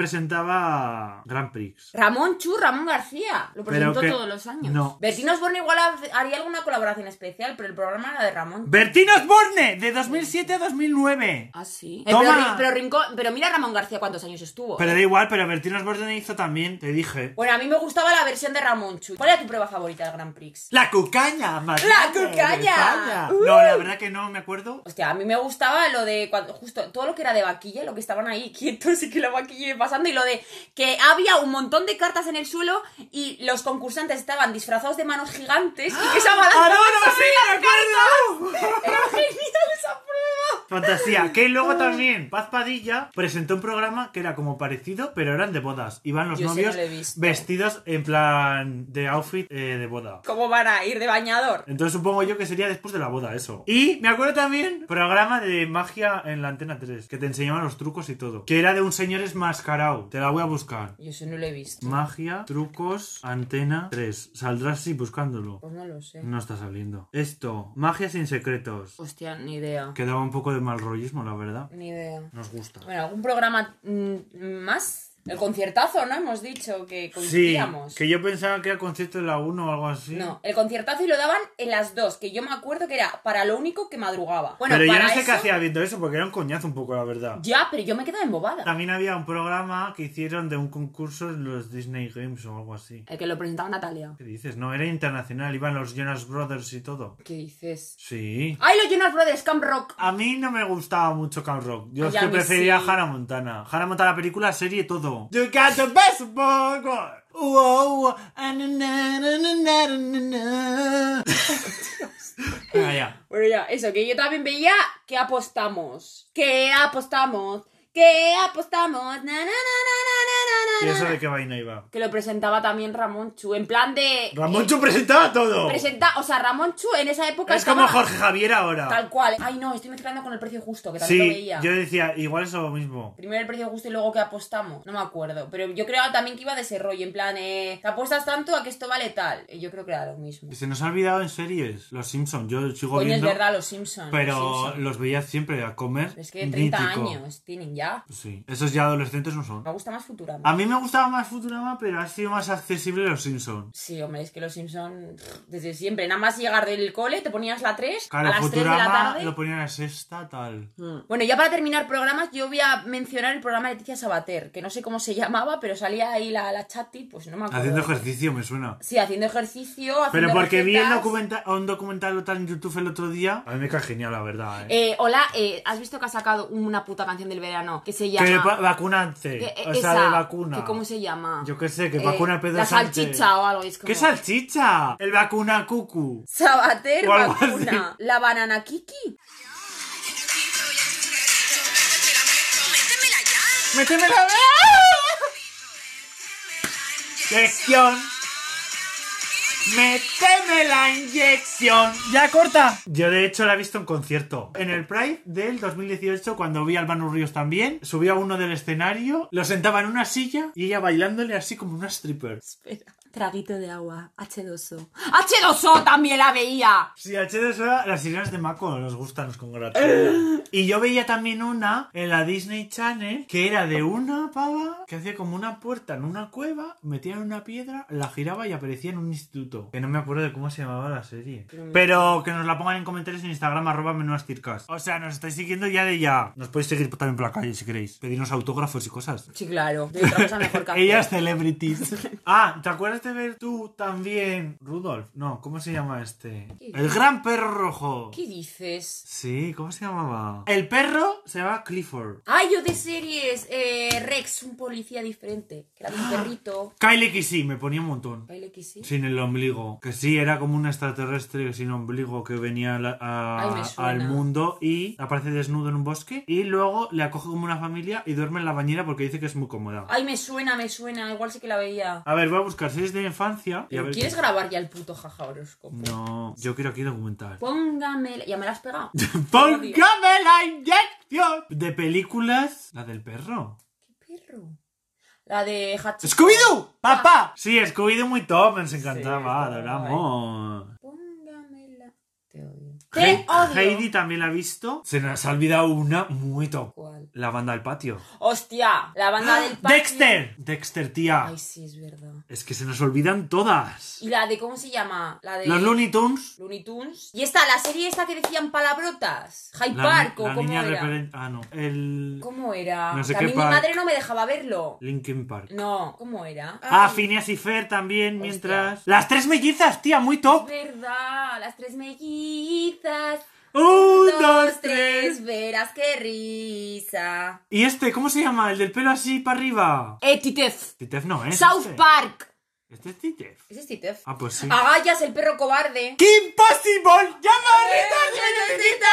[SPEAKER 1] presentaba Grand Prix.
[SPEAKER 2] Ramón Chu, Ramón García. Lo
[SPEAKER 1] Pero
[SPEAKER 2] presentó
[SPEAKER 1] que-
[SPEAKER 2] todos los años.
[SPEAKER 1] no.
[SPEAKER 2] Bertín Osborne igual ha- haría alguna colaboración especial, pero el programa era de Ramón.
[SPEAKER 1] Bertín Osborne, de 2007 a 2009.
[SPEAKER 2] Ah, sí.
[SPEAKER 1] Toma.
[SPEAKER 2] pero, Ri- pero Rincón- pero mira Ramón García cuántos años estuvo.
[SPEAKER 1] Pero da igual, pero Bertín Osborne hizo también, te dije.
[SPEAKER 2] Bueno, a mí me gustaba la versión de Ramón Chu. ¿Cuál era tu prueba favorita del Grand Prix?
[SPEAKER 1] La cucaña, Matilde,
[SPEAKER 2] ¡La cucaña!
[SPEAKER 1] de España.
[SPEAKER 2] ¡Uh!
[SPEAKER 1] No, la verdad que no me acuerdo.
[SPEAKER 2] Hostia, a mí me gustaba lo de cuando, justo todo lo que era de vaquilla, lo que estaban ahí quietos y que la vaquilla iba pasando y lo de que había un montón de cartas en el suelo y los concursantes estaban disfrazados de manos gigantes y que esa
[SPEAKER 1] ¡Ah, no,
[SPEAKER 2] balanza
[SPEAKER 1] no, sí, me acuerdo!
[SPEAKER 2] era genial esa prueba.
[SPEAKER 1] Fantasía. Que
[SPEAKER 2] Ah.
[SPEAKER 1] luego también Paz Padilla presentó un programa que era como parecido, pero eran de bodas. Iban los
[SPEAKER 2] Yo ese no
[SPEAKER 1] novios
[SPEAKER 2] lo he visto.
[SPEAKER 1] vestidos en plan de outfit eh, de boda.
[SPEAKER 2] ¿Cómo van a ir de bañador?
[SPEAKER 1] Entonces supongo yo que sería después de la boda eso. Y me acuerdo también programa de magia en la antena 3, que te enseñaban los trucos y todo. Que era de un señor esmascarado. Te la voy a buscar.
[SPEAKER 2] Yo eso no lo he visto.
[SPEAKER 1] Magia, trucos, antena 3. Saldrás así buscándolo.
[SPEAKER 2] Pues no lo sé.
[SPEAKER 1] No está saliendo. Esto, magia sin secretos.
[SPEAKER 2] Hostia, ni idea.
[SPEAKER 1] Quedaba un poco de mal rollismo, la verdad.
[SPEAKER 2] Ni idea.
[SPEAKER 1] Nos gusta.
[SPEAKER 2] Bueno, ¿algún programa mm, más? El conciertazo, ¿no? Hemos dicho que
[SPEAKER 1] Sí,
[SPEAKER 2] coincidíamos.
[SPEAKER 1] que yo pensaba que era concierto de la 1 o algo así.
[SPEAKER 2] No, el conciertazo y lo daban en las dos, que yo me acuerdo que era para lo único que madrugaba. Bueno,
[SPEAKER 1] Pero yo
[SPEAKER 2] para
[SPEAKER 1] no sé qué
[SPEAKER 2] eso-
[SPEAKER 1] hacía viendo eso, porque era un coñazo un poco, la verdad.
[SPEAKER 2] Ya, pero yo me quedaba embobada.
[SPEAKER 1] También había un programa que hicieron de un concurso en los Disney Games o algo así.
[SPEAKER 2] El que lo presentaba Natalia.
[SPEAKER 1] ¿Qué dices? No, era internacional, iban los Jonas Brothers y todo.
[SPEAKER 2] ¿Qué dices?
[SPEAKER 1] Sí.
[SPEAKER 2] ¡Ay, los Jonas Brothers Camp Rock!
[SPEAKER 1] A mí no me gustaba mucho Camp Rock. Yo
[SPEAKER 2] Ay,
[SPEAKER 1] es
[SPEAKER 2] a
[SPEAKER 1] que
[SPEAKER 2] mí
[SPEAKER 1] prefería
[SPEAKER 2] sí.
[SPEAKER 1] Hannah Montana. Hannah Montana, película, serie, todo. You got the best of both worlds. Wow. Ah, na, na, na, na, na, na, na. Ah, ya.
[SPEAKER 2] Bueno, ya, eso, que yo también veía que apostamos. Que apostamos. Que apostamos. Na, na, na, na, na, na,
[SPEAKER 1] ¿Y
[SPEAKER 2] na, na.
[SPEAKER 1] eso de qué vaina iba?
[SPEAKER 2] Que lo presentaba también Ramón Chu. En plan de. eh,
[SPEAKER 1] Ramón Chu presentaba todo.
[SPEAKER 2] Presenta, o sea, Ramón Chu en esa época
[SPEAKER 1] Es
[SPEAKER 2] estaba
[SPEAKER 1] como Jorge Javier ahora.
[SPEAKER 2] Tal cual. Ay, no, estoy mezclando con el precio justo, que también lo
[SPEAKER 1] Sí,
[SPEAKER 2] veía.
[SPEAKER 1] yo decía, igual es lo mismo.
[SPEAKER 2] Primero el precio justo y luego que apostamos. No me acuerdo. Pero yo creo también que iba de ese rollo. En plan, eh, te apuestas tanto a que esto vale tal. Y yo creo que era lo mismo.
[SPEAKER 1] Se nos ha olvidado en series. Los Simpsons, yo sigo
[SPEAKER 2] Coño, es
[SPEAKER 1] viendo.
[SPEAKER 2] verdad, los Simpsons.
[SPEAKER 1] Pero
[SPEAKER 2] los Simpson.
[SPEAKER 1] los veía siempre a comer.
[SPEAKER 2] Es que 30
[SPEAKER 1] mítico.
[SPEAKER 2] años tienen ya.
[SPEAKER 1] Sí, esos ya adolescentes no son.
[SPEAKER 2] Me gusta más Futurama.
[SPEAKER 1] A mí me gustaba más Futurama, pero ha sido más accesible los Simpsons.
[SPEAKER 2] Sí, hombre, es que los Simpsons desde siempre. Nada más llegar del cole, te ponías la 3
[SPEAKER 1] Claro,
[SPEAKER 2] a las 3 de la
[SPEAKER 1] Futurama
[SPEAKER 2] tarde.
[SPEAKER 1] lo ponían a sexta, tal.
[SPEAKER 2] Mm. Bueno, ya para terminar programas, yo voy a mencionar el programa de Leticia Sabater, que no sé cómo se llamaba, pero salía ahí la, la chati, pues no me acuerdo.
[SPEAKER 1] Haciendo ejercicio, me suena.
[SPEAKER 2] Sí, haciendo ejercicio.
[SPEAKER 1] Pero
[SPEAKER 2] haciendo
[SPEAKER 1] porque vi el
[SPEAKER 2] recetas.
[SPEAKER 1] documenta- un documental o tal en YouTube el otro día. A mí me cae genial, la verdad. ¿eh?
[SPEAKER 2] Eh, hola, eh, ¿has visto que ha sacado una puta canción del verano que se
[SPEAKER 1] que
[SPEAKER 2] llama...
[SPEAKER 1] va- vacunante.
[SPEAKER 2] que- eh,
[SPEAKER 1] o sea,
[SPEAKER 2] esa,
[SPEAKER 1] de vacuna.
[SPEAKER 2] que ¿Cómo se llama?
[SPEAKER 1] Yo qué sé, que
[SPEAKER 2] Eh,
[SPEAKER 1] vacuna a Pedro
[SPEAKER 2] La
[SPEAKER 1] Sánchez.
[SPEAKER 2] salchicha o algo. y es como-
[SPEAKER 1] ¡Qué salchicha! El vacuna cucu.
[SPEAKER 2] Sabater
[SPEAKER 1] O algo
[SPEAKER 2] vacuna. La banana kiki.
[SPEAKER 3] Métemela ya.
[SPEAKER 1] ¡Méteme la inyección! ¡Méteme la inyección! ¡Ya corta! Yo de hecho la he visto en concierto. En el Pride del 2018, cuando vi al Manu Ríos también, subía uno del escenario, lo sentaba en una silla y ella bailándole así como una stripper.
[SPEAKER 2] Espera. Traguito de agua. H2O. H2O también la veía.
[SPEAKER 1] Si H2O, las sirenas de Mako nos gustan, nos congratulan. y yo veía también una en la Disney Channel que era de una pava que hacía como una puerta en una cueva, metía en una piedra, la giraba y aparecía en un instituto. Que no me acuerdo de cómo se llamaba la serie. Pero que nos la pongan en comentarios en Instagram, arroba menuastircas. O sea, nos estáis siguiendo ya de ya. Nos podéis seguir también por la calle si queréis. Pedirnos autógrafos y cosas.
[SPEAKER 2] Sí, claro. De otra cosa mejor que hacer.
[SPEAKER 1] Ellas celebrities. ah, ¿te acuerdas dejaste ver tú también Rudolf? No, ¿cómo se llama este?
[SPEAKER 2] ¿Qué?
[SPEAKER 1] El gran perro rojo.
[SPEAKER 2] ¿Qué dices?
[SPEAKER 1] Sí, ¿cómo se llamaba? El perro se llama Clifford.
[SPEAKER 2] Ay, yo de series. eh, Rex, un policía diferente. Que era de un perrito.
[SPEAKER 1] Kyle Kissy, me ponía un montón.
[SPEAKER 2] Baile que sí.
[SPEAKER 1] Sin el ombligo. Que sí, era como un extraterrestre sin ombligo que venía a la- a-
[SPEAKER 2] Ay, me suena.
[SPEAKER 1] al mundo y aparece desnudo en un bosque. Y luego le acoge como una familia y duerme en la bañera porque dice que es muy cómoda.
[SPEAKER 2] Ay, me suena, me suena. Igual sí que la veía.
[SPEAKER 1] A ver, voy a buscar series de infancia. Y a
[SPEAKER 2] Pero
[SPEAKER 1] ver
[SPEAKER 2] ¿Quieres
[SPEAKER 1] qué-
[SPEAKER 2] grabar ya el puto jaja horóscopo?
[SPEAKER 1] No, yo quiero aquí documentar.
[SPEAKER 2] Póngame. ¿Ya me la has pegado?
[SPEAKER 1] ¡Póngame la inyección! De películas. La del perro.
[SPEAKER 2] ¿Qué perro? La de Hatch.
[SPEAKER 1] ¡Scooby-Doo! ¡Papá! Sí, Scooby-Doo muy top, nos encantaba,
[SPEAKER 2] Sí, estaba
[SPEAKER 1] adoramos.
[SPEAKER 2] Póngamela. Te odio.
[SPEAKER 1] Hei-
[SPEAKER 2] ¡Te odio!
[SPEAKER 1] Heidi también la ha visto. Se nos ha olvidado una muy top.
[SPEAKER 2] ¿Cuál?
[SPEAKER 1] La banda del patio.
[SPEAKER 2] ¡Hostia! La banda del patio.
[SPEAKER 1] Ah, ¡Dexter! Dexter, tía.
[SPEAKER 2] Ay, sí, es verdad.
[SPEAKER 1] Es que se nos olvidan todas.
[SPEAKER 2] ¿Y la de cómo se llama? La de.
[SPEAKER 1] Los Looney Tunes.
[SPEAKER 2] Looney Tunes. Y esta, la serie esta que decían palabrotas. Hyde
[SPEAKER 1] La,
[SPEAKER 2] Park, o
[SPEAKER 1] la
[SPEAKER 2] ¿cómo
[SPEAKER 1] niña
[SPEAKER 2] era?
[SPEAKER 1] repelen- Ah, no. El.
[SPEAKER 2] ¿Cómo era?
[SPEAKER 1] No sé
[SPEAKER 2] Que a
[SPEAKER 1] qué
[SPEAKER 2] mí mi
[SPEAKER 1] par-
[SPEAKER 2] madre no me dejaba verlo.
[SPEAKER 1] Linkin Park.
[SPEAKER 2] No, ¿cómo era?
[SPEAKER 1] Ah,
[SPEAKER 2] Ay,
[SPEAKER 1] Phineas y Fer también, mientras. Las tres mellizas, tía, muy
[SPEAKER 2] Es
[SPEAKER 1] top.
[SPEAKER 2] verdad, las tres mellizas.
[SPEAKER 1] Un,
[SPEAKER 2] dos, tres, verás qué risa.
[SPEAKER 1] ¿Y este? ¿Cómo se llama? El del pelo así para arriba.
[SPEAKER 2] Eh, Titef.
[SPEAKER 1] Titef no, ¿eh?
[SPEAKER 2] South
[SPEAKER 1] este.
[SPEAKER 2] Park.
[SPEAKER 1] Este es Titef.
[SPEAKER 2] Ese es Titef.
[SPEAKER 1] Ah, pues sí.
[SPEAKER 2] Agallas, el perro cobarde.
[SPEAKER 1] ¡Qué imposible! ¡Llama a
[SPEAKER 2] Eh.
[SPEAKER 1] Rita!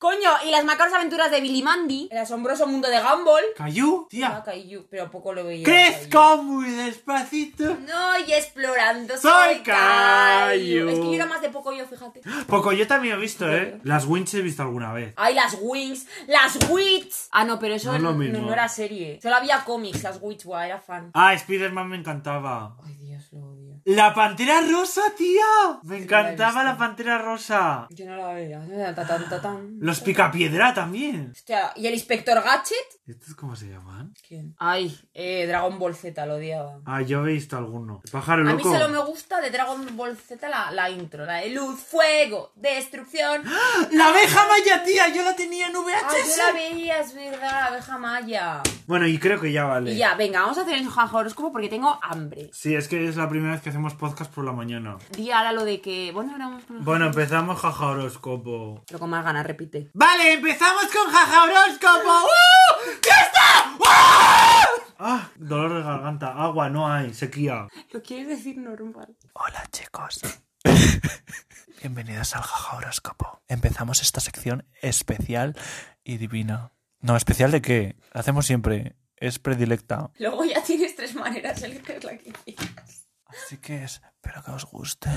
[SPEAKER 2] Coño, y las macabras aventuras de Billy Mandy. El asombroso mundo de Gumball.
[SPEAKER 1] Cayú, tía.
[SPEAKER 2] Ah, Caillou, pero poco lo veía. Caillou.
[SPEAKER 1] Crezco muy despacito.
[SPEAKER 2] No, y explorando
[SPEAKER 1] Soy
[SPEAKER 2] soy Caillou.
[SPEAKER 1] Caillou.
[SPEAKER 2] Es que yo era más de poco yo, fíjate.
[SPEAKER 1] Poco, yo también he visto, ¿eh? Las Winch he visto alguna vez.
[SPEAKER 2] Ay, las Wings, las Wits. Ah, no, pero eso
[SPEAKER 1] No es lo
[SPEAKER 2] no,
[SPEAKER 1] mismo.
[SPEAKER 2] no era serie. Solo había cómics, las Wits, guau, era fan.
[SPEAKER 1] Ah, Spider-Man me encantaba.
[SPEAKER 2] Ay, Dios, lo odio.
[SPEAKER 1] La Pantera Rosa, tía. Me encantaba
[SPEAKER 2] visto.
[SPEAKER 1] la Pantera Rosa.
[SPEAKER 2] Yo no la veía. Ta, tan, ta, tan.
[SPEAKER 1] Los Picapiedra también.
[SPEAKER 2] Hostia, ¿y el Inspector Gadget?
[SPEAKER 1] ¿Estos cómo se llaman?
[SPEAKER 2] ¿Quién? Ay, eh, Dragon Ball Z, lo odiaba.
[SPEAKER 1] Ah, yo he visto alguno. El pájaro
[SPEAKER 2] A mí
[SPEAKER 1] loco.
[SPEAKER 2] solo me gusta de Dragon Ball Z la, la intro, la de luz, fuego, destrucción.
[SPEAKER 1] La abeja maya, tía. Yo la tenía en VHS.
[SPEAKER 2] Ay, Ah, yo la veía, es verdad, la abeja maya.
[SPEAKER 1] Bueno, y creo que ya vale.
[SPEAKER 2] Y ya, venga, vamos a hacer el jaja horóscopo porque tengo hambre.
[SPEAKER 1] Sí, es que es la primera vez que hacemos podcast por la mañana.
[SPEAKER 2] Di ahora lo de que. Bueno, ahora vamos con el-
[SPEAKER 1] Bueno, empezamos jaja horóscopo.
[SPEAKER 2] Pero con más ganas, repite.
[SPEAKER 1] Vale, empezamos con jaja horóscopo. ¡Uh! ¡Ya está! ¡Uh! Ah, dolor de garganta, agua, no hay, sequía.
[SPEAKER 2] Lo quieres decir normal.
[SPEAKER 4] Hola chicos. Bienvenidos al Jaja Horóscopo. Empezamos esta sección especial y divina. No, especial de qué? La hacemos siempre. Es predilecta.
[SPEAKER 2] Luego ya tienes tres maneras de elegir la que quieras.
[SPEAKER 4] Así que espero que os guste.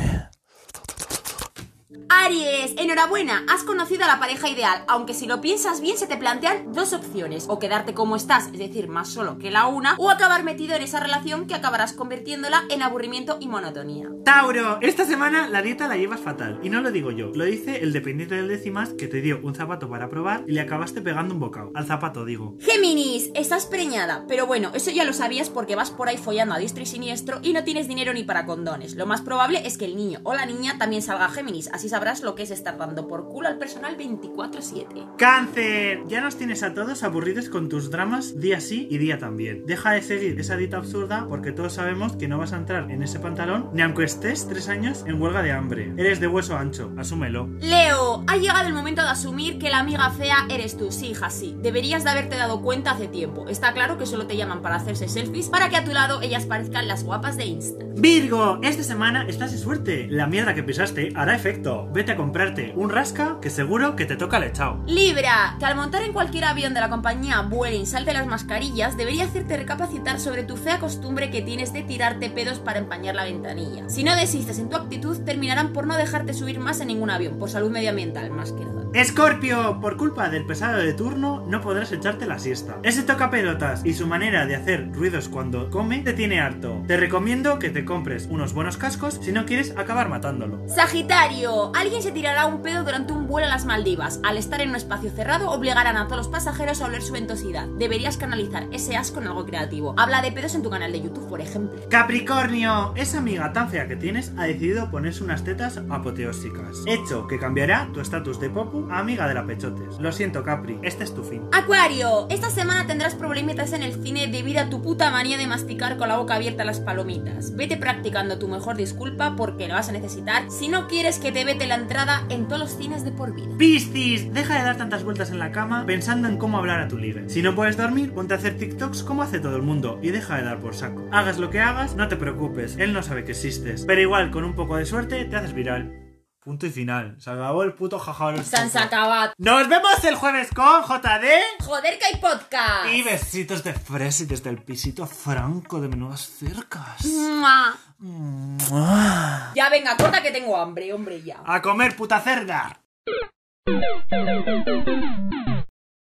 [SPEAKER 2] Aries, enhorabuena, has conocido a la pareja ideal, aunque si lo piensas bien se te plantean dos opciones, o quedarte como estás, es decir, más solo que la una, o acabar metido en esa relación que acabarás convirtiéndola en aburrimiento y monotonía.
[SPEAKER 1] Tauro, esta semana la dieta la llevas fatal. Y no lo digo yo, lo dice el dependiente del décimas que te dio un zapato para probar y le acabaste pegando un bocado. Al zapato, digo.
[SPEAKER 2] Géminis, estás preñada, pero bueno, eso ya lo sabías porque vas por ahí follando a diestro y siniestro y no tienes dinero ni para condones. Lo más probable es que el niño o la niña también salga Géminis, así sabrás lo que es estar dando por culo al personal 24/7.
[SPEAKER 1] ¡Cáncer! Ya nos tienes a todos aburridos con tus dramas día sí y día también. Deja de seguir esa dieta absurda porque todos sabemos que no vas a entrar en ese pantalón ni aunque estés tres años en huelga de hambre. Eres de hueso ancho, asúmelo.
[SPEAKER 2] Leo, ha llegado el momento de asumir que la amiga fea eres tú, sí, hija, sí. Deberías de haberte dado cuenta hace tiempo. Está claro que solo te llaman para hacerse selfies para que a tu lado ellas parezcan las guapas de Insta.
[SPEAKER 1] Virgo, esta semana estás de suerte. La mierda que pisaste hará efecto. Vete a comprarte un rasca que seguro que te toca el echao.
[SPEAKER 2] Libra, que al montar en cualquier avión de la compañía Vueling salte las mascarillas, debería hacerte recapacitar sobre tu fea costumbre que tienes de tirarte pedos para empañar la ventanilla. Si no desistes en tu actitud, terminarán por no dejarte subir más en ningún avión, por salud medioambiental, más que nada.
[SPEAKER 1] Escorpio, por culpa del pesado de turno no podrás echarte la siesta. Ese toca pelotas y su manera de hacer ruidos cuando come te tiene harto. Te recomiendo que te compres unos buenos cascos si no quieres acabar matándolo.
[SPEAKER 2] Sagitario, Cuarto, alguien se tirará un pedo durante un vuelo a las Maldivas. Al estar en un espacio cerrado, obligarán a todos los pasajeros a oler su ventosidad. Deberías canalizar ese asco en algo creativo. Habla de pedos en tu canal de YouTube, por ejemplo.
[SPEAKER 1] Capricornio, esa amiga tan fea que tienes ha decidido ponerse unas tetas apoteósicas. Hecho que cambiará tu estatus de popu a amiga de la pechotes. Lo siento, Capri, este es tu fin.
[SPEAKER 2] Acuario, esta semana tendrás problemitas en el cine debido a tu puta manía de masticar con la boca abierta las palomitas. Vete practicando tu mejor disculpa porque la vas a necesitar si no quieres que te vete la entrada en todos los cines de por vida.
[SPEAKER 1] Piscis, deja de dar tantas vueltas en la cama pensando en cómo hablar a tu libre. Si no puedes dormir, ponte a hacer TikToks como hace todo el mundo y deja de dar por saco. Hagas lo que hagas, no te preocupes, él no sabe que existes. Pero igual, con un poco de suerte, te haces viral. Punto y final. Se acabó el puto jajaol.
[SPEAKER 2] San Sacabat.
[SPEAKER 1] Nos vemos el jueves con JD.
[SPEAKER 2] Joder que hay podcast.
[SPEAKER 1] Y besitos de fresa y desde el pisito franco de menudas
[SPEAKER 2] Mm.
[SPEAKER 1] cercas.
[SPEAKER 2] Mua. Ya venga, corta que tengo hambre, hombre, ya.
[SPEAKER 1] A comer, puta cerda.
[SPEAKER 5] Thank you.